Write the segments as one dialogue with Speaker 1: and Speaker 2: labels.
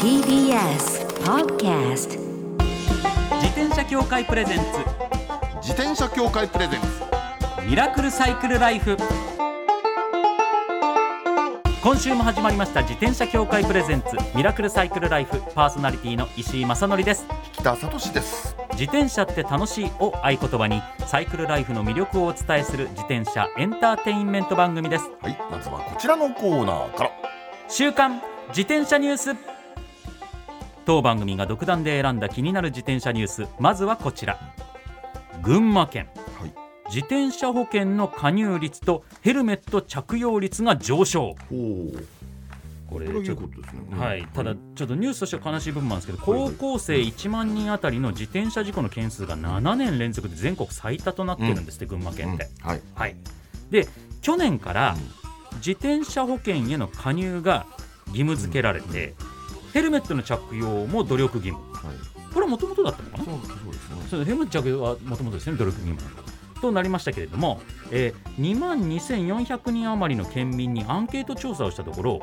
Speaker 1: TBS Podcast
Speaker 2: 自転車協会プレゼンツ
Speaker 3: 自転車協会プレゼンツ
Speaker 2: ミラクルサイクルライフ今週も始まりました自転車協会プレゼンツミラクルサイクルライフパーソナリティの石井正則です
Speaker 3: 北聡です
Speaker 2: 自転車って楽しいを合言葉にサイクルライフの魅力をお伝えする自転車エンターテインメント番組です
Speaker 3: はいまずはこちらのコーナーから
Speaker 2: 週刊自転車ニュース当番組が独断で選んだ気になる自転車ニュースまずはこちら群馬県、
Speaker 3: はい
Speaker 2: 自転車保険の加入率とヘルメット着用率が上昇
Speaker 3: おお
Speaker 2: これ
Speaker 3: これい
Speaker 2: ちょ
Speaker 3: い
Speaker 2: っと
Speaker 3: ことですね
Speaker 2: はい、ただちょっとニュースとしては悲しい部分もあるんですけど高校生1万人あたりの自転車事故の件数が7年連続で全国最多となってるんですって、群馬
Speaker 3: うん
Speaker 2: 県って。
Speaker 3: はい
Speaker 2: はい、で去年から自転車保険への加入が義務付けられて、ヘルメットの着用も努力義務
Speaker 3: はい
Speaker 2: これはもともとだったのかな
Speaker 3: そうそうですね
Speaker 2: そうヘルメット着用はもともとですね努力義務なんだとなりましたけれども、え2万2400人余りの県民にアンケート調査をしたところ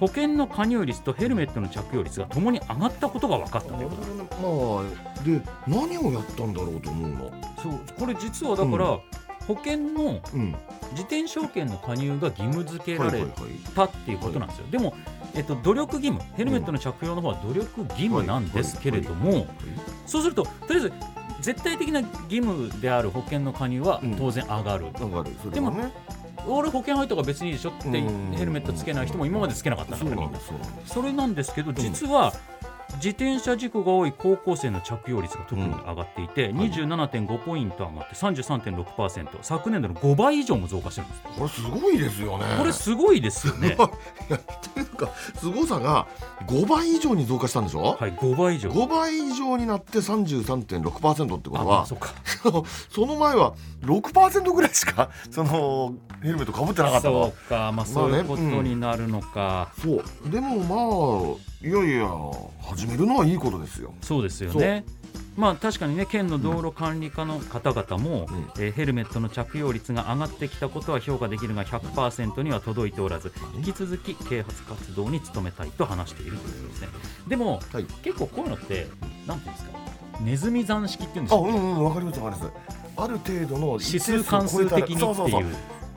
Speaker 2: 保険の加入率とヘルメットの着用率がともに上がったことが分かった
Speaker 3: な
Speaker 2: とい
Speaker 3: る
Speaker 2: うこ
Speaker 3: ほ
Speaker 2: と
Speaker 3: どねまあで何をやったんだろうと思うの
Speaker 2: そうこれ実はだから、
Speaker 3: う
Speaker 2: 保険の
Speaker 3: うんは
Speaker 2: 自転車保険の加入が義務付
Speaker 3: い
Speaker 2: け
Speaker 3: は
Speaker 2: ら
Speaker 3: い
Speaker 2: れ
Speaker 3: はい
Speaker 2: たっていうことなんですよ、でも、えっと、努力義務、ヘルメットの着用の方は努力義務なんですけれども、そうすると、とりあえず絶対的な義務である保険の加入は
Speaker 3: うん
Speaker 2: 当然上がる、
Speaker 3: なんかあるそれ
Speaker 2: でも
Speaker 3: はね
Speaker 2: 俺、保険入ったから別にいいでしょって、
Speaker 3: うん
Speaker 2: ヘルメットつけない人も今までつけなかった
Speaker 3: そ
Speaker 2: ん
Speaker 3: う
Speaker 2: だから
Speaker 3: な
Speaker 2: み
Speaker 3: ん
Speaker 2: ん
Speaker 3: で
Speaker 2: な、
Speaker 3: すそうなんです
Speaker 2: それなんですけど、実は、自転車事故が多い高校生の着用率が特に上がっていて、
Speaker 3: ん
Speaker 2: 27.5ポイント上がって33.6%、昨年度の5倍以上も増加してるんですよ。
Speaker 3: これすごいですよね
Speaker 2: これすごいですよ ね。
Speaker 3: いやというかすごさが5倍以上に増加したんでしょ
Speaker 2: はい、5倍以上。
Speaker 3: 5倍以上になって33.6%ってこと
Speaker 2: あ、
Speaker 3: は
Speaker 2: そうか。
Speaker 3: その前は6%ぐらいしかそのヘルメットかぶってなかったの
Speaker 2: そうか、まあ、
Speaker 3: ま
Speaker 2: そ
Speaker 3: あ
Speaker 2: う
Speaker 3: ね
Speaker 2: いうことになるのか、
Speaker 3: そうでもまあいやいや始めるのはいいことですよ
Speaker 2: そうですよね。まあ、確かにね県の道路管理課の方々も、
Speaker 3: うん
Speaker 2: えーヘルメットの着用率が上がってきたことは評価できるが100%には届いておらず引き続き啓発活動に努めたいと話しているということですねでも
Speaker 3: はい
Speaker 2: 結構こういうのってなんていうんですかネズミ算式っていうんです
Speaker 3: あ
Speaker 2: か、
Speaker 3: うんうんわかりますわかりますある程度の
Speaker 2: 指数関数的にっていう
Speaker 3: そうそうそう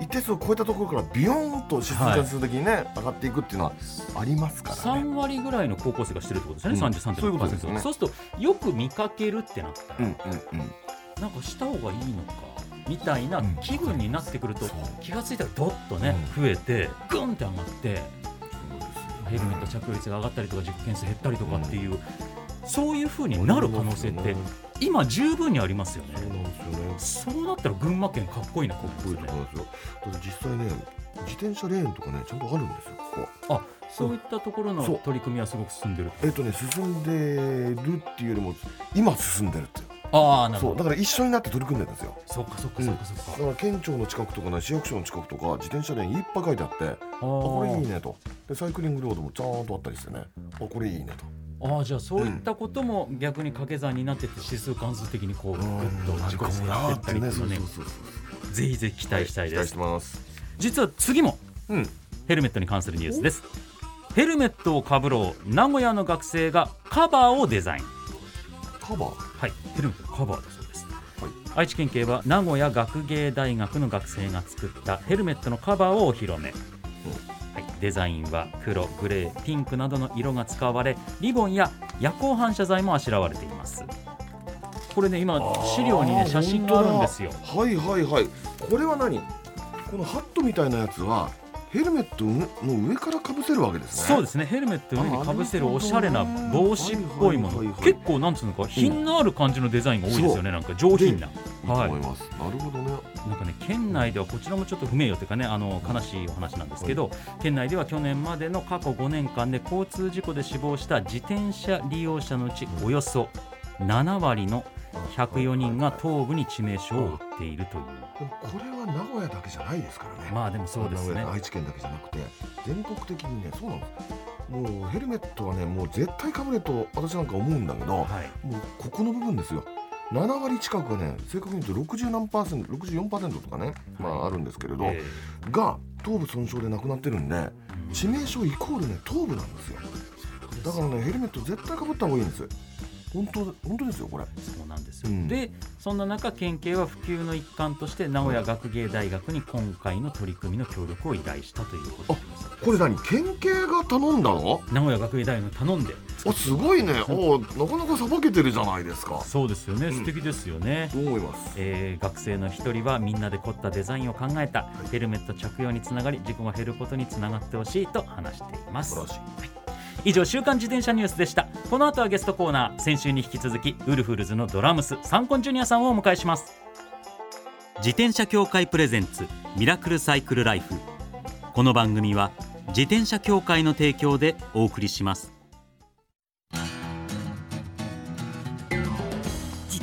Speaker 3: 一定数を超えたところからビヨーンと指数関数的にね、上がっていくっていうのはありますからね
Speaker 2: 3割ぐらいの高校生がしてるってことですよね、
Speaker 3: うん
Speaker 2: 33.6%
Speaker 3: そういうことですよね
Speaker 2: そうするとよく見かけるってなったら、
Speaker 3: うんうんうん
Speaker 2: なんかした方がいいのかみたいな気分になってくると、
Speaker 3: そう
Speaker 2: 気がついたらどっとね、増えてグンって上がってヘルメット着用率が上がったりとか実験数減ったりとかっていう、そういうふうになる可能性って今十分にありますよ
Speaker 3: そう
Speaker 2: ね。
Speaker 3: なんですよね
Speaker 2: そうなったら群馬県かっこいいなこ
Speaker 3: こういうところですよ。だって実際ね、自転車レーンとかね、ちゃんとあるんですよ。ここ
Speaker 2: あそういったところの
Speaker 3: そう
Speaker 2: 取り組みはすごく進んでる
Speaker 3: えっとね、進んでるっていうよりも、今進んでるっていう。
Speaker 2: ああなる
Speaker 3: そ
Speaker 2: ほ
Speaker 3: う、だ
Speaker 2: ど
Speaker 3: から一緒になって取り組んでるんですよ。
Speaker 2: そっかそっかそっかそっ
Speaker 3: だ
Speaker 2: か、
Speaker 3: から県庁の近くとかね、市役所の近くとか、自転車レーンいっぱい書いてあって、あ、
Speaker 2: あ
Speaker 3: これいい
Speaker 2: ー
Speaker 3: ねと。で、サイクリングロードもちゃんとあったりしてね、あ、これいいねと。
Speaker 2: あーじゃあそういったことも逆に掛け算になってって指数関数的にこうグッと自己をやってったりとかね
Speaker 3: そうそう
Speaker 2: ぜひぜひ期待したい
Speaker 3: 期
Speaker 2: で
Speaker 3: 待し
Speaker 2: す、
Speaker 3: てます。
Speaker 2: 実は次も
Speaker 3: うん。
Speaker 2: ヘルメットに関するニュースですヘルメットをかぶろう名古屋の学生がカバーをデザイン
Speaker 3: カバー。
Speaker 2: はいヘルメットのカバーだそうです、
Speaker 3: はい
Speaker 2: 愛知県警は名古屋学芸大学の学生が作ったヘルメットのカバーをお披露目、はい、デザインは黒グレーピンクなどの色が使われリボンや夜光反射材もあしらわれていますこれね今資料にね写真があるんですよ
Speaker 3: あー本当だはいはいはいこれは何このハットみたいなやつはヘルメットの上からかぶせるわけですね
Speaker 2: そうですすねヘルメットの上にかぶせる
Speaker 3: あなる
Speaker 2: お
Speaker 3: ほどね
Speaker 2: しゃれな帽子っぽいも
Speaker 3: はいはい
Speaker 2: の
Speaker 3: はいはい
Speaker 2: 結構なんつうのか品のある感じのデザインが多いですよねなんか上品な。
Speaker 3: いいと
Speaker 2: はい
Speaker 3: 思い、ます、なるほどね
Speaker 2: なんかね県内ではこちらもちょっと不名誉というかねあの悲しいお話なんですけど、県内では去年までの過去5年間で交通事故で死亡した自転車利用者のうちおよそ7割の104人が頭部に致命傷を負っているという
Speaker 3: でもこれは名古屋だけじゃないですからね
Speaker 2: まあでもそうです
Speaker 3: 名古
Speaker 2: ね
Speaker 3: 屋愛知県だけじゃなくて全国的にねそうなんですもうヘルメットはねもう絶対かぶれと私なんか思うんだけど、
Speaker 2: はい
Speaker 3: もうここの部分ですよ7割近くがね正確に言うと60何パーセント64%とかね、まああるんですけれど、
Speaker 2: え
Speaker 3: が頭部損傷で亡くなってるんで
Speaker 2: ー
Speaker 3: 致命傷イコールね頭部なんですよだからねヘルメット絶対かぶった方がいいんです本当本当ですよこれ
Speaker 2: そうなんですよ、
Speaker 3: うん
Speaker 2: でそんな中県警は普及の一環として名古屋学芸大学に今回の取り組みの協力を依頼したということです
Speaker 3: これ何県警が頼んだの
Speaker 2: 名古屋学芸大学に頼んで
Speaker 3: あすごい ねおなかなかさばけてるじゃないですか
Speaker 2: そうですよね
Speaker 3: うん
Speaker 2: 素敵ですよね、
Speaker 3: そう思います
Speaker 2: えー学生の一人はみんなで凝ったデザインを考えたヘルメット着用につながり事故が減ることにつながってほしいと話しています
Speaker 3: 素晴らしい
Speaker 2: 以上週刊自転車ニュースでしたこの後はゲストコーナー先週に引き続きウルフルズのドラムスサンコンジュニアさんをお迎えします自転車協会プレゼンツミラクルサイクルライフこの番組は自転車協会の提供でお送りします
Speaker 1: 自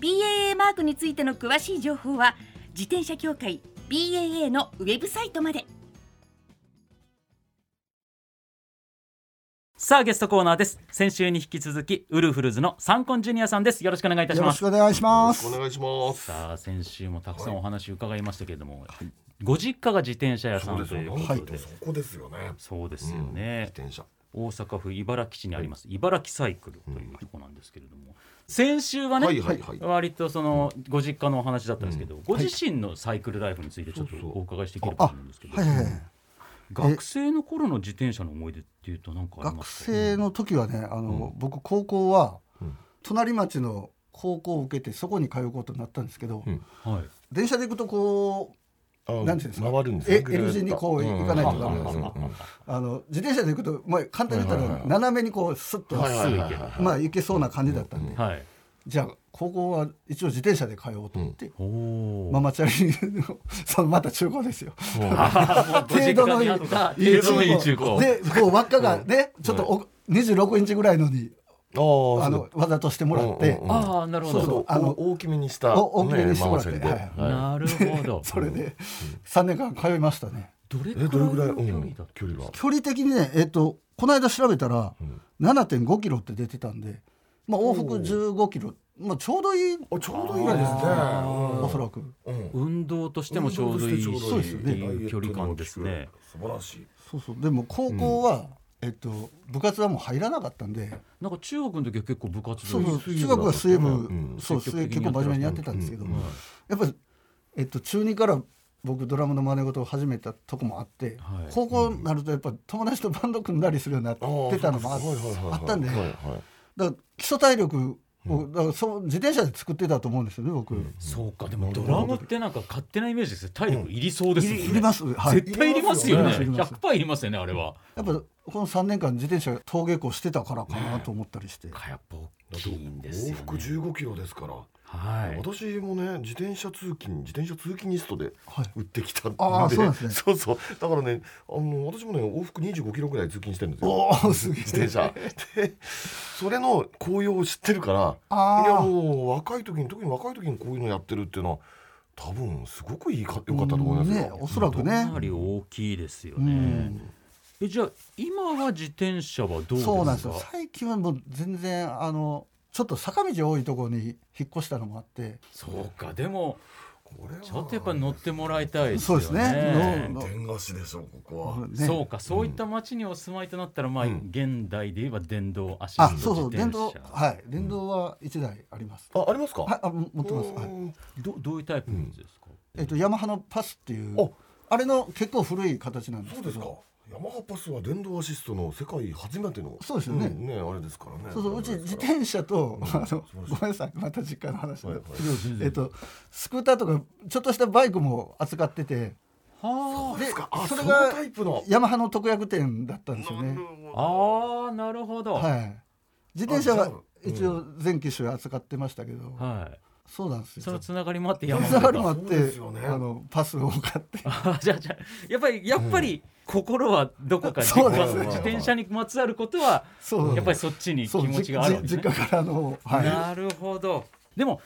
Speaker 1: BAA マークについての詳しい情報は自転車協会 BAA のウェブサイトまで
Speaker 2: さあゲストコーナーです先週に引き続きウルフルズのサンコンジュニアさんですよろしくお願いいたし
Speaker 4: よ
Speaker 2: ま
Speaker 4: ろ
Speaker 2: す
Speaker 4: しくお願いしま
Speaker 3: お
Speaker 4: す。
Speaker 3: 願いします
Speaker 2: さあ先週もたくさんお話伺いましたけれども、ご実家が自転車屋さ
Speaker 3: そうんです
Speaker 2: と
Speaker 3: よ
Speaker 2: いうことで、
Speaker 3: ね、そこですよね
Speaker 2: そうですよね、
Speaker 3: 自転車
Speaker 2: 大阪府茨城市にあります、茨城サイクルというとこなんですけれども、先週はね、
Speaker 3: はいはいはい
Speaker 2: 割とそのご実家のお話だったんですけど、ご自身のサイクルライフについてちょっとお伺いしていければと思うんですけど、
Speaker 4: はいはいはい。
Speaker 2: 学生の頃の自転車の思い出っていうとなんかありま
Speaker 4: 学
Speaker 2: すか
Speaker 4: 生の時はね、あの、僕高校は
Speaker 3: うん。
Speaker 4: 隣町の高校を受けて、そこに通うことになったんですけど
Speaker 3: うん、
Speaker 2: はい
Speaker 4: 電車で行くと、こ
Speaker 3: あ
Speaker 4: なんていうんですか
Speaker 3: 回るんですね
Speaker 4: え L 字にこう行かないとダメなんですよ
Speaker 3: うんうんうん
Speaker 4: う、あの、自転車で行くと、まあ、簡単に言っ
Speaker 3: はいは
Speaker 4: た
Speaker 3: い
Speaker 4: ら、
Speaker 3: はい
Speaker 4: 斜めにこう、スッと。
Speaker 3: はいはいはいはい
Speaker 4: まあ、行けそうな感じだったんで、
Speaker 2: はい
Speaker 4: じゃあ、高校は一応自転車で通おうと思って。
Speaker 2: おおー
Speaker 4: ママチャリの、そのまた中古ですよ。
Speaker 2: あーもうご実家にあった
Speaker 3: いい程度のいい中古
Speaker 4: で、こう輪っかがね、ちょっとお、二十六インチぐらいのに、
Speaker 3: あ
Speaker 4: あの、わざとしてもらって。
Speaker 3: うんうんうん
Speaker 2: ああなるほ
Speaker 4: そうそ
Speaker 2: ど
Speaker 4: うあの
Speaker 3: 大きめにした
Speaker 4: お大きめにしてもらって
Speaker 3: ねママチャリではい
Speaker 2: なるほど
Speaker 4: それで3年間通いましたね
Speaker 2: どれ
Speaker 3: えどれぐ
Speaker 2: く
Speaker 3: ら
Speaker 2: ら
Speaker 3: い
Speaker 2: いの
Speaker 3: う
Speaker 2: 距離
Speaker 3: ん
Speaker 2: だった
Speaker 3: 距離は
Speaker 4: 距離的にねえっ、とこの間調べたら
Speaker 3: ん
Speaker 4: 7 5キロって出てたんで、まあ、往復
Speaker 3: おー
Speaker 4: 1 5キロ、まあ、ちょうどいい
Speaker 3: あちょうどいいぐらいですね
Speaker 4: おそらく
Speaker 3: うん
Speaker 2: 運動としてもちょうどいいし
Speaker 3: 運動
Speaker 4: そ
Speaker 3: と
Speaker 4: う
Speaker 3: して
Speaker 4: です
Speaker 3: ちょう
Speaker 4: よね
Speaker 3: ど
Speaker 2: っ
Speaker 3: い
Speaker 2: ていう距離感ですね
Speaker 3: 素晴らしい
Speaker 4: そうそうでも高校は、えっと部活はもう入らなかったんで
Speaker 2: なんか中学の時は結構部活
Speaker 4: そうそう
Speaker 2: 水泳
Speaker 4: 中
Speaker 2: 部
Speaker 4: 学は水泳部、
Speaker 3: うん
Speaker 4: そう
Speaker 2: 積
Speaker 4: 水
Speaker 2: 極的
Speaker 4: 泳
Speaker 2: に
Speaker 4: 結構真面目に
Speaker 2: や
Speaker 4: や
Speaker 2: っ
Speaker 4: ってて
Speaker 2: たん
Speaker 4: たん
Speaker 2: で
Speaker 4: ですす
Speaker 2: け
Speaker 4: け
Speaker 2: ど
Speaker 4: ど、
Speaker 2: うん
Speaker 4: やっぱり、えっと、中2から僕ドラムの真似事を始めたとこもあって、
Speaker 2: はい
Speaker 4: 高校になるとやっぱ友達とバンド組んだりするようになってたのもああったんで、
Speaker 3: はいはい
Speaker 4: だから基礎体力をだからそう自転車で作ってたと思うんですよね僕、
Speaker 2: そうかでもドラムってなんか勝手なイメージですよ体力いりそうですよね
Speaker 4: いります、はい、
Speaker 2: 絶対いりますよね
Speaker 4: いります
Speaker 2: 100パーいりますよねあれは
Speaker 4: やっぱこの3年間自転車登下校してたからかなと思ったりして、
Speaker 2: やっぱ大きいんです
Speaker 3: 往
Speaker 2: よね
Speaker 3: 復15キロですから
Speaker 2: はい
Speaker 3: 私もね自転車通勤自転車通勤リストで
Speaker 4: はい
Speaker 3: 売ってきたんで
Speaker 4: あーそうなんですね
Speaker 3: そうそうだからねあの私もね往復25キロぐらい通勤してるんですよ
Speaker 4: おおすげ
Speaker 3: 自
Speaker 4: え
Speaker 3: 転車でそれの紅葉を知ってるから
Speaker 4: あー
Speaker 3: いやもう若い時に特に若い時にこういうのやってるっていうのは多分すごくいいか良かったと思いますよ、
Speaker 4: ねおそらく
Speaker 2: か
Speaker 4: ね
Speaker 2: なり大きいですよ
Speaker 4: う
Speaker 2: ね
Speaker 4: ん
Speaker 2: えじゃあ今は自転車はどうですか
Speaker 4: そうなんですよ最近はもう全然あのちょっと坂道多いところに 引っ越したのもあって
Speaker 2: そうかでも
Speaker 3: これは
Speaker 2: ちょっとやっぱ乗ってもらいたいです
Speaker 4: そ
Speaker 2: よ
Speaker 4: う
Speaker 2: ね
Speaker 4: ですねのの
Speaker 3: 天菓子でしょここは、
Speaker 4: ね
Speaker 2: そうかそういった町にお住まいとなったらまあ
Speaker 3: うん
Speaker 2: 現代で言えば電動アシ
Speaker 4: あ
Speaker 2: スト
Speaker 4: そうそう
Speaker 2: 自
Speaker 4: 電
Speaker 2: 転
Speaker 4: 動
Speaker 2: 車
Speaker 4: はい電動は1台あります、
Speaker 3: あありますか、
Speaker 4: はいあ持ってます、はい
Speaker 3: うん
Speaker 2: どどういうタイプなんですか
Speaker 4: えっとヤマハのパスっていう
Speaker 3: お
Speaker 4: あれの結構古い形なんです
Speaker 3: そう
Speaker 4: け
Speaker 3: ですか
Speaker 4: ど
Speaker 3: ヤマハパスは電動アシストの世界初めての
Speaker 4: そうですよね
Speaker 3: んねあれですからね
Speaker 4: そうそううち自
Speaker 3: 車
Speaker 4: 転車と、
Speaker 3: うん
Speaker 4: あ
Speaker 3: 素晴ら
Speaker 4: の
Speaker 3: しい
Speaker 4: ごめんなさいまた実家の話になる
Speaker 3: はい
Speaker 4: えっとスクーターとかちょっとしたバイクも扱ってて
Speaker 2: は
Speaker 3: で
Speaker 4: です
Speaker 3: かあそ
Speaker 4: そ
Speaker 3: れ
Speaker 4: れ
Speaker 3: が
Speaker 4: が
Speaker 3: タイプの
Speaker 4: ヤマハの特約店だったんですよね。
Speaker 2: あ。ああ、なるほど。はい。
Speaker 4: はい、自転車
Speaker 3: あ
Speaker 4: は
Speaker 3: そう
Speaker 4: 一応全機種扱ってましたけど、そうなんですよ。
Speaker 2: そのつながりもあって
Speaker 4: ヤ
Speaker 2: 山本
Speaker 4: マハ
Speaker 2: か
Speaker 4: ルもあっ
Speaker 3: そう
Speaker 4: て、
Speaker 3: ですよね
Speaker 4: あのパスを買って
Speaker 2: あじゃあじゃあやっぱりやっぱり心はどこかに
Speaker 4: そうです
Speaker 3: ね
Speaker 2: まあ自転車にまつわることは
Speaker 4: そう
Speaker 2: やっぱりそっちに気
Speaker 4: そう
Speaker 2: 持ちがあるんですね
Speaker 4: じじ。実家からの、は
Speaker 2: なるほど。でも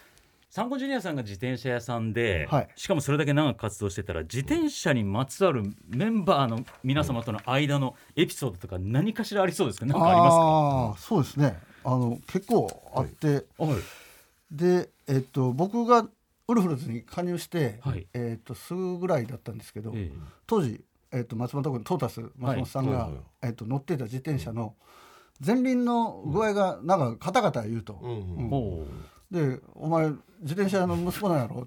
Speaker 2: サンゴジュニアさんが自転車屋さんで、
Speaker 4: はい
Speaker 2: しかもそれだけ長く活動してたら自転車にまつわるメンバーの皆様との間のエピソードとか何かしらありそうですか
Speaker 4: い、
Speaker 2: 何かありますか
Speaker 4: あーそうですねあの結構あって、
Speaker 2: はい
Speaker 4: で、えっと、僕がウルフルズに加入して、
Speaker 2: はい
Speaker 4: えっと、すぐぐらいだったんですけど、
Speaker 2: ええ
Speaker 4: 当時、えっと、松本君トータス松本さんが、
Speaker 3: はい
Speaker 4: えっと、乗ってた自転車の前輪の具合がなんかカタカタ言うと。
Speaker 3: うんうん
Speaker 4: うん
Speaker 2: ほ
Speaker 4: で「お前自転車屋の息子なんやろ?」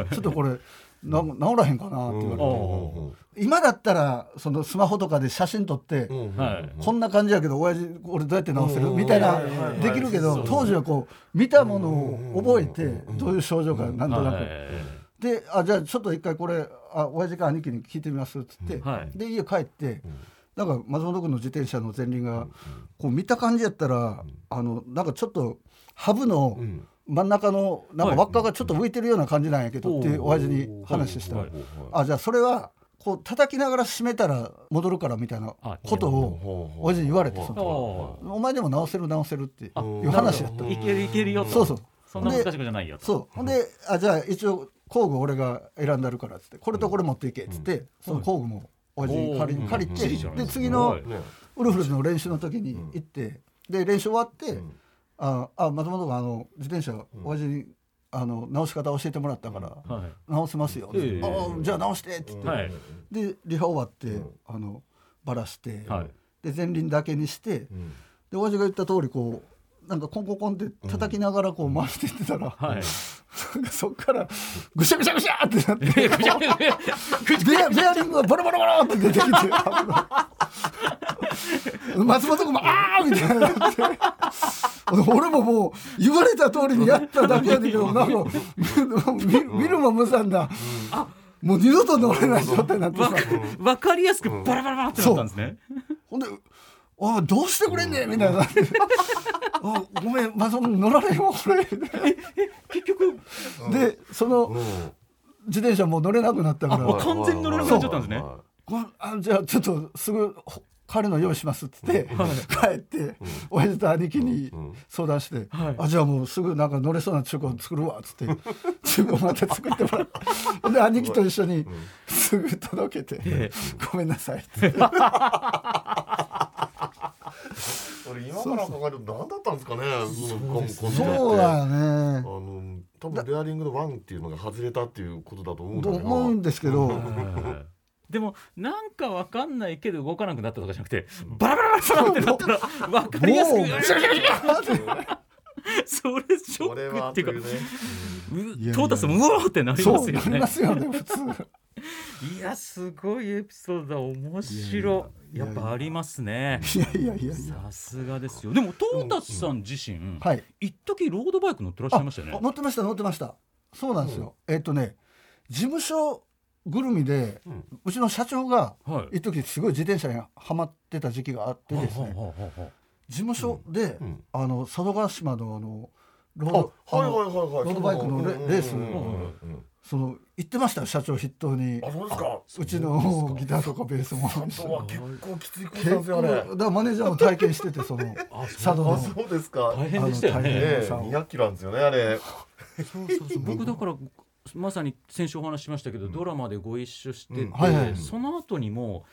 Speaker 4: って「ちょっとこれな治らへんかな」って言われて、今だったらそのスマホとかで写真撮って、
Speaker 3: うんうん
Speaker 2: はい
Speaker 3: うん
Speaker 4: こんな感じやけど親父俺どうやって直せる
Speaker 3: うん
Speaker 4: みたいな
Speaker 3: はいはいはい
Speaker 4: できるけ
Speaker 2: そ
Speaker 4: ど
Speaker 2: う
Speaker 4: 当時はこう見たものを覚えて
Speaker 3: うん
Speaker 4: どういう症状かな
Speaker 2: うん
Speaker 4: となく
Speaker 2: はい
Speaker 4: であじゃあちょっと一回これあ親父か兄貴に聞いてみますっつって
Speaker 2: はい
Speaker 4: で家帰って
Speaker 3: うん
Speaker 4: なんか松本君の自転車の前輪
Speaker 3: う
Speaker 4: が
Speaker 3: ん
Speaker 4: こう見た感じやったらあのなんかちょっとハブの
Speaker 3: うん
Speaker 4: 真ん中のなんか輪っかがちょっと浮いてるような感じなんやけどって親父に話したら
Speaker 2: はい
Speaker 4: あじゃあそれはこう叩きながら締めたら戻るからみたいな
Speaker 2: あ
Speaker 4: ことを親父に言われてそ
Speaker 2: の
Speaker 4: お前でも直せる直せるって
Speaker 2: あ
Speaker 4: いう話やった
Speaker 2: いけるいけるよと
Speaker 4: そうそう
Speaker 2: そんな難しくじゃないよと
Speaker 4: そうほんであじゃあ一応工具俺が選んだるからっつってこれとこれ持っていけっつって、その工具も親父に借り,、
Speaker 2: おー
Speaker 4: 借り
Speaker 2: うんい
Speaker 4: て
Speaker 2: いじゃない
Speaker 4: で次
Speaker 2: は
Speaker 4: の
Speaker 2: い
Speaker 3: ね
Speaker 4: ウルフルズの練習の時に行ってで練習終わって、
Speaker 3: ん
Speaker 4: ああ松本があの自転車親父にあの直し方教えてもらったから、
Speaker 2: はい
Speaker 4: 直せますよ、って
Speaker 2: ええ
Speaker 4: ああじゃあ直してっつって、
Speaker 2: はい
Speaker 4: でリハ終わって、
Speaker 3: うん
Speaker 4: あのバラして、
Speaker 2: はい
Speaker 4: で前輪だけにして、
Speaker 3: うん
Speaker 4: で親父が言った通りこうなんかコンコンコンって叩きながらこう回していってたら、
Speaker 2: はい
Speaker 4: なんかそっからぐしゃぐしゃぐしゃってなって
Speaker 2: いやいやいやいや
Speaker 4: ベアベアリングがボロボロボロって出てきてあの松本君も「あー!」みたいになって。俺ももう言われた通りにやっただけやねんけどなんか見見るも無残な、もう二度と乗れない状態になって
Speaker 2: わ
Speaker 4: さ
Speaker 2: かわかりやすくバラバラバラってなったんですね
Speaker 4: ほんで「ああどうしてくれんねん」みたいになって「ああごめん松本君乗られへんわこれ」みたいな
Speaker 2: 結局
Speaker 4: でその
Speaker 3: うん
Speaker 4: 自転車もう乗れなくなったか
Speaker 2: あもう
Speaker 4: ら
Speaker 2: 完全に乗れなくなっちゃったんですね
Speaker 3: はいはいはい
Speaker 4: ごめんあじゃあちょっとすぐほ彼の用意しますっつって帰って親父と兄貴に
Speaker 3: うん
Speaker 4: 相談して
Speaker 2: はい
Speaker 4: あじゃあもうすぐなんか乗れそうな中古を作るわっつって中古をまた作ってもらってで兄貴と一緒にすぐ届けて
Speaker 2: え
Speaker 4: ごめんなさいっつって
Speaker 3: 俺今から考えると何だったんですかねそのコンコンコン
Speaker 4: そうだよね
Speaker 3: あの多分レアリングのワンっていうのが外れたっていうことだと思うんだ
Speaker 4: と
Speaker 3: けど
Speaker 4: 思うんですけど
Speaker 2: でもなんかわかんないけど動かなくなったとかじゃなくてバラバラバラバラってなったらわかりやす
Speaker 4: もう
Speaker 2: くそれショ
Speaker 3: これ
Speaker 2: ック
Speaker 3: は
Speaker 2: っていうか
Speaker 3: というね
Speaker 2: うトータスもうおーってなりま
Speaker 4: そう
Speaker 2: す
Speaker 4: な
Speaker 2: よ
Speaker 4: り
Speaker 2: ね
Speaker 4: ますよね普通。
Speaker 2: いやすごいエピソードだ面白い
Speaker 4: いや
Speaker 2: や
Speaker 4: いや
Speaker 2: っぱありますね
Speaker 4: いやいやいやいや
Speaker 2: さすがですよでもトータスさん自身
Speaker 4: はい
Speaker 2: 一時ロードバイク乗ってらっしゃいましたよね
Speaker 4: あ乗ってました乗ってましたそうなんですよ、えっとね事務所ぐるみで、う
Speaker 3: うん
Speaker 4: ちの社長が
Speaker 2: はい
Speaker 4: 一時すごい自転車にはまってた時期があってです
Speaker 2: は
Speaker 4: ね、
Speaker 2: あはあはあはあ
Speaker 4: 事務所で、
Speaker 3: うんうん
Speaker 4: あの佐渡島のあのロー
Speaker 3: あはい
Speaker 4: ド
Speaker 3: はいはい
Speaker 4: あの
Speaker 3: はい
Speaker 4: ロードバイクのレレース
Speaker 3: うんうんうん
Speaker 4: その行ってましたよ社長筆頭に
Speaker 3: あそうですか
Speaker 4: うちのギターとかベースも
Speaker 3: あとは結構きついコース
Speaker 4: 結
Speaker 3: なんです
Speaker 4: 構
Speaker 3: よ
Speaker 4: だ
Speaker 3: ね
Speaker 4: からマネージャーも体験しててその
Speaker 2: あ
Speaker 4: 佐渡
Speaker 3: あ
Speaker 4: の
Speaker 3: そうですか
Speaker 2: 大
Speaker 3: ね
Speaker 2: 変でしたよ
Speaker 4: あの大変
Speaker 2: ね
Speaker 4: さん
Speaker 3: 200キロなんですよねあれ
Speaker 4: そうそうそう
Speaker 2: 僕だからまさに先週お話ししましたけど、ドラマでご一緒してて、
Speaker 3: うん
Speaker 4: はいはい
Speaker 2: その後にも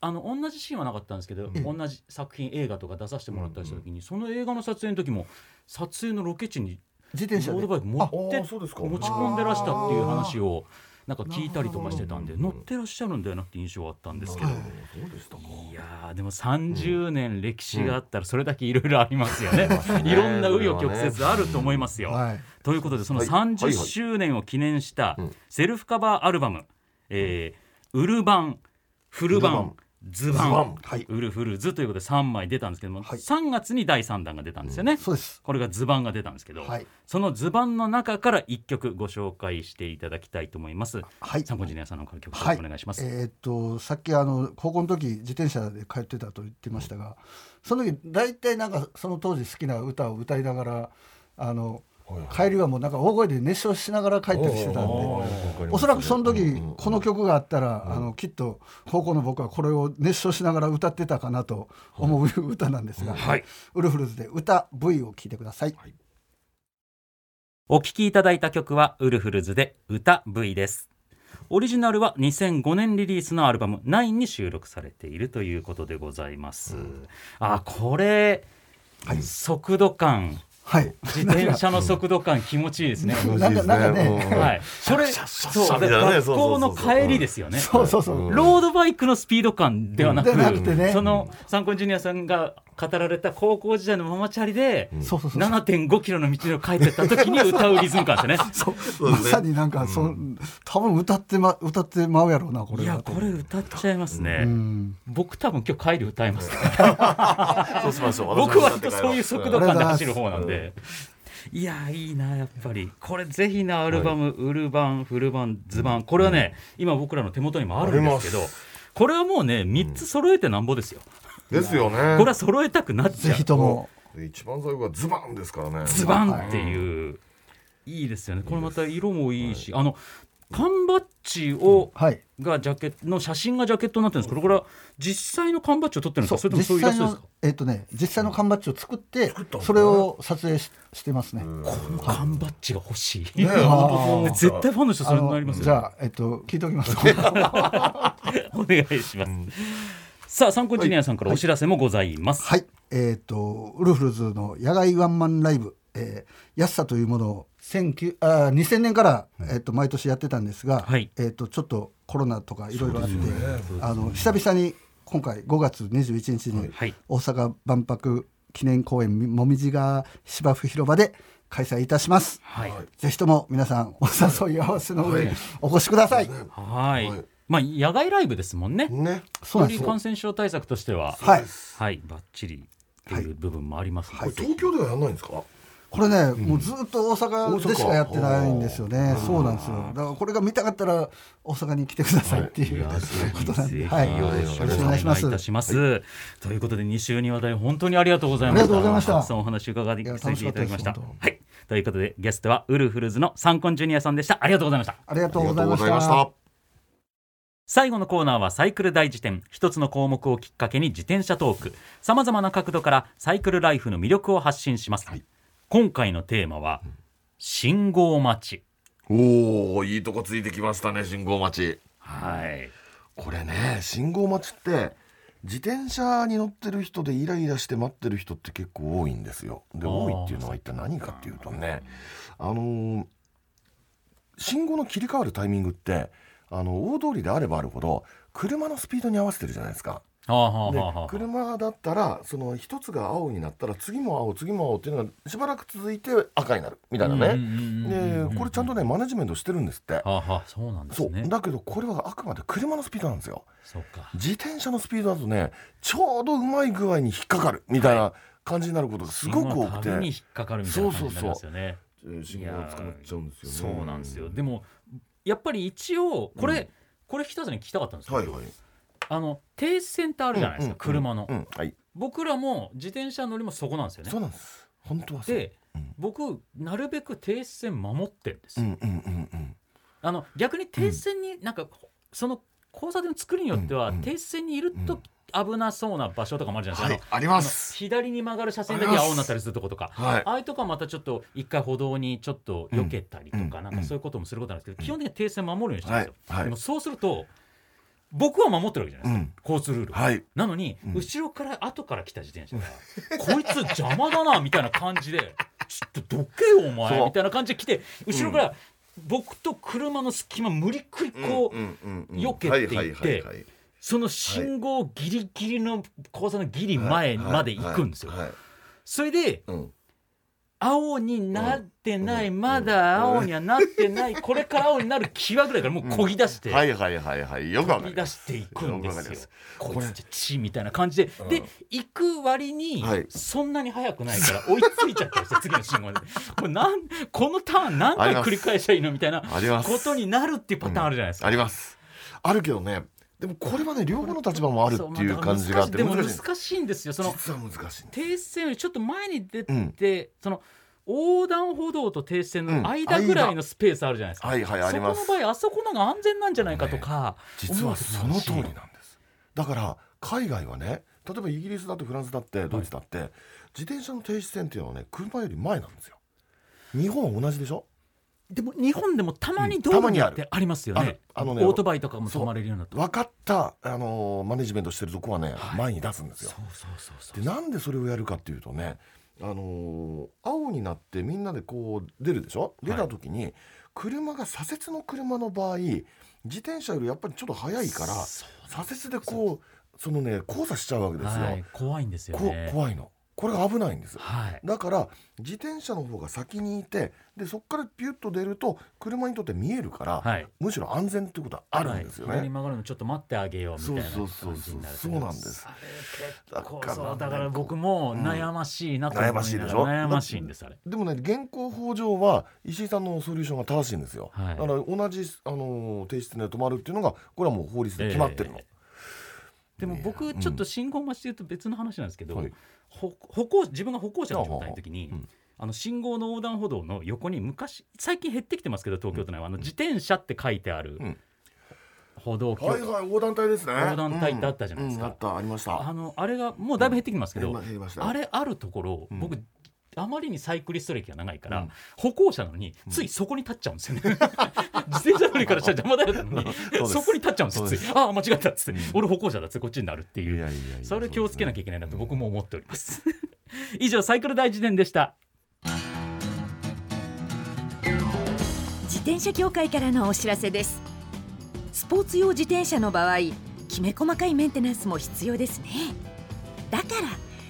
Speaker 2: あの同じシーンはなかったんですけど、同じ作品映画とか出させてもらったりした時に、その映画の撮影の時も撮影のロケ地に
Speaker 4: 自
Speaker 2: ロ
Speaker 4: 転車
Speaker 2: ー
Speaker 4: で
Speaker 2: ドバイク持
Speaker 3: あ
Speaker 2: って
Speaker 3: あーそうですか
Speaker 2: 持ち込んでらしたっていう話をなんか聞いたりとかしてたんで乗ってらっしゃるんだよなって印象はあったんですけど。
Speaker 3: なるほどそうでしたか
Speaker 2: いやーでも30年歴史があったらそれだけいろいろありますよね、いろんな紆余曲折あると思いますよ。
Speaker 4: はい
Speaker 2: ということでその
Speaker 3: はいはい
Speaker 2: 30
Speaker 3: はい
Speaker 2: 周年を記念した
Speaker 3: うん
Speaker 2: セルフカバーアルバム「えーウルバン」「フルバ
Speaker 3: ウルバ
Speaker 2: ン
Speaker 3: ン」
Speaker 2: ズ
Speaker 3: ズ
Speaker 2: バン
Speaker 3: バン
Speaker 4: はい、
Speaker 2: ウルフルズということで3枚出たんですけども、
Speaker 4: はい
Speaker 2: 3月に第3弾が出たんですよね、
Speaker 4: そうです。
Speaker 2: これがズバンが出たんですけど、
Speaker 4: はい、
Speaker 2: そのズバンの中から1曲ご紹介していただきたいと思います
Speaker 4: はい、
Speaker 2: 参考人の皆さんの方から曲
Speaker 4: は
Speaker 2: 紹
Speaker 4: い
Speaker 2: 介お願いします、
Speaker 4: えーっとさっきあの高校の時自転車で通ってたと言ってましたが、その時大体なんかその当時好きな歌を歌いながらあの
Speaker 3: はいはい
Speaker 4: 帰りはもうなんか大声で熱唱しながら帰ったりしてたんで。
Speaker 2: おー
Speaker 4: おそらくその時この
Speaker 3: 曲
Speaker 4: 曲があったら、あのきっと高校の僕はこれを熱唱しながら歌ってたかなと思う歌なんですが、
Speaker 2: はい
Speaker 4: ウルフルズで歌 V を聴いてください。
Speaker 2: お聴きいただいた曲はウルフルズで歌 V ですオリジナルは2005年リリースのアルバム「9」に収録されているということでございます、あこれ、速度感
Speaker 4: はい、
Speaker 2: 自転車の速度感気持ちいいですね
Speaker 4: なんかなんかね
Speaker 2: はい、それ、
Speaker 3: シャ
Speaker 2: そう、
Speaker 3: みたいなね
Speaker 2: 学校の
Speaker 3: そうそうそうそう
Speaker 2: 帰りですよね。
Speaker 4: そうそうそう、
Speaker 3: うん
Speaker 2: ロードバイクのスピード感ではなく、
Speaker 4: でなくてね
Speaker 2: その参考ジュニアさんが語られた高校時代のママチャリで。
Speaker 4: そうそうそう
Speaker 2: 7.5キロの道を帰ってった時に歌うリズム感ですね。
Speaker 4: そう
Speaker 3: う
Speaker 4: ま
Speaker 3: ですね
Speaker 4: さになんかそ、う多分歌ってま歌ってまうやろうなこ
Speaker 2: い
Speaker 4: れは
Speaker 2: や、これ歌っちゃいますね。
Speaker 4: うん
Speaker 2: 僕多分今日帰り歌います。
Speaker 3: そうしましょ う
Speaker 2: 僕割とそういう速度感で走る方なん
Speaker 3: あり
Speaker 2: で。いやいいなやっぱりこれぜひなアルバム「ウルバンフルバンズバン」これはね、今僕らの手元にもあるんですけ
Speaker 3: あ
Speaker 2: ど
Speaker 3: りま
Speaker 2: これはもうね3つ揃えてなんぼですよ、
Speaker 3: ですよね
Speaker 2: これは揃えたくなっち
Speaker 4: ぜ
Speaker 2: ゃう
Speaker 4: ひとも
Speaker 3: 一番最後はズバンですからね
Speaker 2: ズバンっていう、い、いですよねこれまた色もいいし、あの缶バッジを、
Speaker 4: はい
Speaker 2: がジャケットの写真がジャケットになってるんですけどこれは実際の缶バッジを撮ってるんですかそれともそういうイラストですか
Speaker 4: えっ、とね実際の缶バッジを作って
Speaker 3: 作ったんだね
Speaker 4: それを撮影ししてますね、
Speaker 3: うん
Speaker 2: この缶バッジが欲し い、
Speaker 3: ね
Speaker 4: あー
Speaker 2: 絶対ファンの人そ
Speaker 4: あ
Speaker 2: れになりま
Speaker 4: の
Speaker 2: すよ
Speaker 4: じゃあ、えっと、聞いておきます。
Speaker 2: お願いします。さあ、参考ジュニアさんからお知らせもございます。
Speaker 4: はい、えっ、と、ウルフルズの野外ワンマンライブ、えー、安さというものを19あー2000年から、えっと毎年やってたんですが、
Speaker 2: はい
Speaker 4: えっとちょっとコロナとかいろいろあって、あの久々に今回5月21日に
Speaker 2: はい
Speaker 4: 大阪万博記念公園みもみじが芝生広場で開催いたします。
Speaker 2: はい。
Speaker 4: ぜひとも皆さんお誘い合わせの上お越しください。
Speaker 2: はい。
Speaker 3: はい
Speaker 2: まあ、野外ライブですもんね。
Speaker 3: ね
Speaker 4: そう
Speaker 2: よ
Speaker 4: なんで
Speaker 2: り
Speaker 4: す。
Speaker 2: 感染症対策としては、
Speaker 4: はい。
Speaker 2: はい、ばっちりっていう部分もありますので
Speaker 3: これ東京ではやらないんですか
Speaker 4: これね、もうずっと大阪でしかやってないんですよ
Speaker 3: 大
Speaker 4: ね。そうなんですよ。だからこれが見たかったら大阪に来てくださいっていう、ことなんで、はい、よ
Speaker 3: ぜ
Speaker 4: ろ
Speaker 3: ひ
Speaker 4: し
Speaker 3: よ
Speaker 4: く
Speaker 3: ろ
Speaker 4: お願いしま
Speaker 2: お願いいた
Speaker 4: す。
Speaker 2: します。ということで2週にわたり本当にありがとうございました。
Speaker 4: ありがとうございました
Speaker 2: たくさんお話伺いさせていただきました。
Speaker 4: いや楽しかったです本
Speaker 2: はい。ということでゲストはウルフルズのサンコンジュニアさんでした。ありがとうございました。
Speaker 4: ありがと
Speaker 3: あ
Speaker 4: う
Speaker 3: り
Speaker 4: ご
Speaker 3: が
Speaker 4: ざ
Speaker 3: と
Speaker 4: いう
Speaker 3: ござい
Speaker 4: まし。
Speaker 3: ましたた
Speaker 2: 最後のコーナーはサイクル大辞典一つの項目をきっかけに自転車トークさまざまな角度からサイクルライフの魅力を発信します、今回のテーマは信号待ち
Speaker 3: おおいいとこついてきましたね信号待ち
Speaker 2: はい
Speaker 3: これね信号待ちって自転車に乗ってる人でイライラして待ってる人って結構多いんですよ。で
Speaker 2: あー
Speaker 3: 多いっていうのは一体何かっていうとねあのー信号の切り替わるタイミングってあの大通りであればあるほど車のスピードに合わせてるじゃないですか。
Speaker 2: はあはあ
Speaker 3: で
Speaker 2: はあはあ
Speaker 3: 車だったらその一つが青になったら次も青次も青っていうのがしばらく続いて赤になるみたいな
Speaker 2: うん
Speaker 3: ね。
Speaker 2: うんうんうんうん
Speaker 3: でこれちゃんとねマネジメントしてるんですって。
Speaker 2: はあはあそうなんで
Speaker 3: そ
Speaker 2: す
Speaker 3: う
Speaker 2: ね
Speaker 3: だけどこれはあくまで車のスピードなんですよ。
Speaker 2: そうか
Speaker 3: 自転車のスピードだとねちょうどうまい具合に引っかかるみたいな感じになることがすごく多くて、
Speaker 2: 信号の度に引っかかるみたいな感じになりますよね
Speaker 3: えー信号が捕まっちゃうんですよね
Speaker 2: そうなんですよでもやっぱり一応これ、これ北さんに聞きたかったんですけど、
Speaker 3: はいはい
Speaker 2: あの停止線ってあるじゃないですか、車の、
Speaker 3: うんうんはい
Speaker 2: 僕らも自転車乗りもそこなんですよね
Speaker 3: そうなんです本当はそう
Speaker 2: で、
Speaker 3: うん
Speaker 2: 僕なるべく停止線守ってるんです
Speaker 3: う
Speaker 2: よ、
Speaker 3: んうんうんうん
Speaker 2: あの逆に停止線になんか、その交差点の作りによっては、
Speaker 3: うん
Speaker 2: 停止線にいると危なそうな場所とかもあるじゃない
Speaker 3: は
Speaker 2: です
Speaker 3: い
Speaker 2: か、
Speaker 3: あり
Speaker 2: あの
Speaker 3: ま
Speaker 2: あの
Speaker 3: す
Speaker 2: 左に曲がる車線だけ青になったりするとことか
Speaker 3: はい
Speaker 2: ああいうとこはまたちょっと一回歩道にちょっと避けたりとか、
Speaker 3: うん
Speaker 2: なんかそういうこともすることなんですけど、基本的には停止線守るようにしてるんですよ、
Speaker 3: はいはい
Speaker 2: でもそうすると僕は守ってるわけじゃ
Speaker 3: う
Speaker 2: ないです
Speaker 3: ん
Speaker 2: か、交通ルールを、
Speaker 3: はい
Speaker 2: なのに、
Speaker 3: うん
Speaker 2: 後ろから後から来た自転車が こいつ邪魔だなみたいな感じでちょっとどけよお前
Speaker 3: そう
Speaker 2: みたいな感じで来て後ろから僕と車の隙間無理くりこう、避けていってその信号ギリギリの交差のギリ前まで行くんですよ。
Speaker 3: はいはいはいはい
Speaker 2: それで
Speaker 3: うん
Speaker 2: 青になってない、まだ青にはなってない、これから青になる際ぐらいからもう漕ぎ出して、
Speaker 3: はいはいはいはいよくわ
Speaker 2: 飛
Speaker 3: か
Speaker 2: び
Speaker 3: り
Speaker 2: 出
Speaker 3: ま
Speaker 2: し
Speaker 3: す
Speaker 2: ていくんですよ。こ
Speaker 3: こ
Speaker 2: い
Speaker 3: れ
Speaker 2: つちちみたいな感じで、で行く割に
Speaker 3: はい
Speaker 2: そんなに速くないから追いついちゃったりして次の信号でこれなんこのターン何
Speaker 3: あ
Speaker 2: 回
Speaker 3: ります
Speaker 2: 繰り返しゃいいのみたいな
Speaker 3: あります
Speaker 2: ことになるっていうパターンあるじゃないですか。
Speaker 3: ありますあるけどねでもこれはね両方の立場もあるっていう感じがあって
Speaker 2: そうまあ
Speaker 3: 難
Speaker 2: でも
Speaker 3: しい
Speaker 2: 難しいんですよその
Speaker 3: 実は難しい
Speaker 2: 停線よりちょっと前に出て、
Speaker 3: うん
Speaker 2: その横断歩道と停止線の間
Speaker 3: うん
Speaker 2: ぐらいのスペースあるじゃないですか、
Speaker 3: はいはいあります
Speaker 2: そこの場合あそこの方が安全なんじゃないかとか、
Speaker 3: 実はその通りなん
Speaker 2: で
Speaker 3: ですだから海外はね例えばイギリスだってフランスだってドイツだって、自転車の停止線っていうのはね車より前なんですよ日本は同じでしょ
Speaker 2: でも日本でもたまに道
Speaker 3: うんた
Speaker 2: 路
Speaker 3: ま
Speaker 2: に
Speaker 3: にあ
Speaker 2: っ
Speaker 3: る
Speaker 2: てありますよ
Speaker 3: あ
Speaker 2: ね
Speaker 3: る,、あのね
Speaker 2: オートバイとかも止まれるようになって
Speaker 3: 分かった、あのーマネジメントしてるとこはね、
Speaker 2: はい
Speaker 3: 前に出すんです
Speaker 2: そう
Speaker 3: よ
Speaker 2: そうそうそう
Speaker 3: でなんでそれをやるかっていうとね、あのー青になってみんなでこう出るでしょ出た時に、車が左折の車の場合自転車よりやっぱりちょっと速いから
Speaker 2: そう
Speaker 3: 左折でこうそのね交差しちゃうわけですよ、
Speaker 2: はい、怖いんですよ
Speaker 3: こ
Speaker 2: ね
Speaker 3: 怖いのこれが危ないんです
Speaker 2: はい
Speaker 3: だから自転車の方が先にいてでそこからピュッと出ると車にとって見えるから、
Speaker 2: はい
Speaker 3: むしろ安全っていうことはあるんですよね、
Speaker 2: はい左に曲がるのちょっと待ってあげようみたいな
Speaker 3: そうそうそう
Speaker 2: 感じになる
Speaker 3: そうそうなんです
Speaker 2: あれ
Speaker 3: だ
Speaker 2: 結構
Speaker 3: から
Speaker 2: そうだから僕も悩ましいなと思いながら
Speaker 3: 悩ましいでしょ
Speaker 2: 悩ましいんですあれ
Speaker 3: でもね現行法上は石井さんのソリューションが正しいんですよ、
Speaker 2: はい
Speaker 3: だから同じあのー停止線で止まるっていうのがこれはもう法律で決まってるの、
Speaker 2: ええでも僕ちょっと信号待ちで言うと別の話なんですけど、
Speaker 3: はい
Speaker 2: ほ歩行自分が歩行者の状態の時に、
Speaker 3: ああうん
Speaker 2: あの信号の横断歩道の横に昔最近減ってきてますけど東京都内は、あの自転車って書いてある
Speaker 3: うん
Speaker 2: 歩道橋、
Speaker 3: はいはい横断帯ですね
Speaker 2: 横断帯ってあったじゃないですか
Speaker 3: うんうんあったありました
Speaker 2: あのあれがもうだいぶ減ってきてますけど、
Speaker 3: うん減りました
Speaker 2: あれあるところ
Speaker 3: ん
Speaker 2: 僕、あまりにサイクリスト歴が長いから、
Speaker 3: うん
Speaker 2: 歩行者なのについそこに立っちゃうんですよね、 自転車乗りからしたら邪魔だよなのに
Speaker 3: そうです
Speaker 2: そこに立っちゃうんですよついああ間違ったっつって、
Speaker 3: うん
Speaker 2: 俺歩行者だっつってこっちになるっていう
Speaker 3: いやいやいや
Speaker 2: それ気をつけなきゃいけないなと僕も思っております、 以上サイクル大辞典でした
Speaker 1: 自転車協会からのお知らせですスポーツ用自転車の場合きめ細かいメンテナンスも必要ですねだから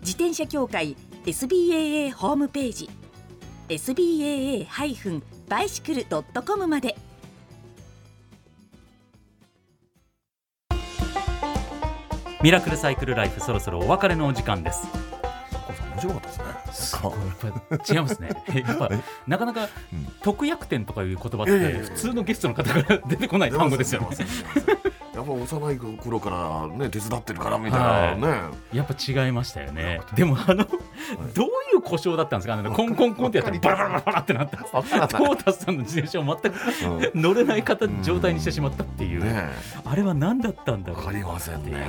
Speaker 1: 自転車協会 SBAA ホームページ SBAA-bicycle.com まで
Speaker 2: ミラクルサイクルライフそろそろお別れのお時間です
Speaker 3: 面白かったですね
Speaker 2: これやっぱ違い ますねやっぱなかなか
Speaker 3: うん
Speaker 2: 特約店とかいう言葉って
Speaker 3: いやいやいやいや
Speaker 2: 普通のゲストの方から出てこない単語ですよね
Speaker 3: やっぱ幼い頃からね手伝ってるからみたいなね、
Speaker 2: やっぱ違いましたよねでもあのどういう故障だったんですかあのコンコンコンってやったらバラバラバラバラってなった んです
Speaker 3: わから
Speaker 2: ト
Speaker 3: ない
Speaker 2: ータスさんの自転車を全
Speaker 3: うん
Speaker 2: く乗れない方状態にしてしまったっていう
Speaker 3: ね
Speaker 2: あれは何だったんだ
Speaker 3: え
Speaker 2: ろ
Speaker 3: わ
Speaker 2: う
Speaker 3: かりませんね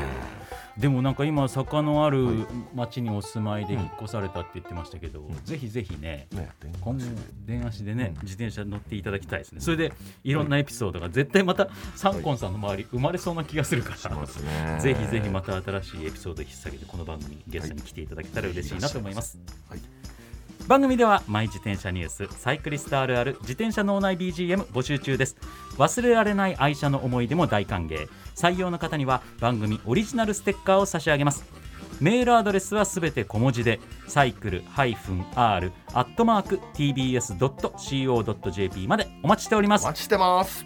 Speaker 2: でもなんか今坂のあ
Speaker 3: は
Speaker 2: る
Speaker 3: い
Speaker 2: 町にお住まいで引っ越されたって言ってましたけど、ぜひぜひね
Speaker 3: ね
Speaker 2: 今後電話しでね、
Speaker 3: うん
Speaker 2: 自転車乗っていただきたいですねそれでいろんなエピソードが絶対またサンコンさんの周り生まれそうな気がするか
Speaker 3: し
Speaker 2: ら、
Speaker 3: ますね
Speaker 2: ぜひぜひまた新しいエピソードを引っ提げてこの番組ゲストに来ていただけたら嬉しいなと思います、
Speaker 3: はい
Speaker 2: 番組ではマイ自転車ニュースサイクリストあるある自転車脳内 BGM 募集中です忘れられない愛車の思い出も大歓迎採用の方には番組オリジナルステッカーを差し上げますメールアドレスはすべて小文字でサイクル -r アットマーク tbs.co.jp までお待ちしておりま
Speaker 3: お
Speaker 2: す
Speaker 3: 待ちしてます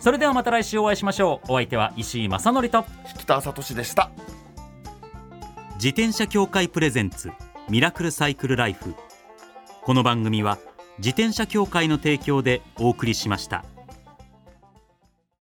Speaker 2: それではまた来週お会いしましょうお相手は石井正則と
Speaker 3: 北聡でした
Speaker 2: 自転車協会プレゼンツミラクルサイクルライフこの番組は自転車協会の提供でお送りしました。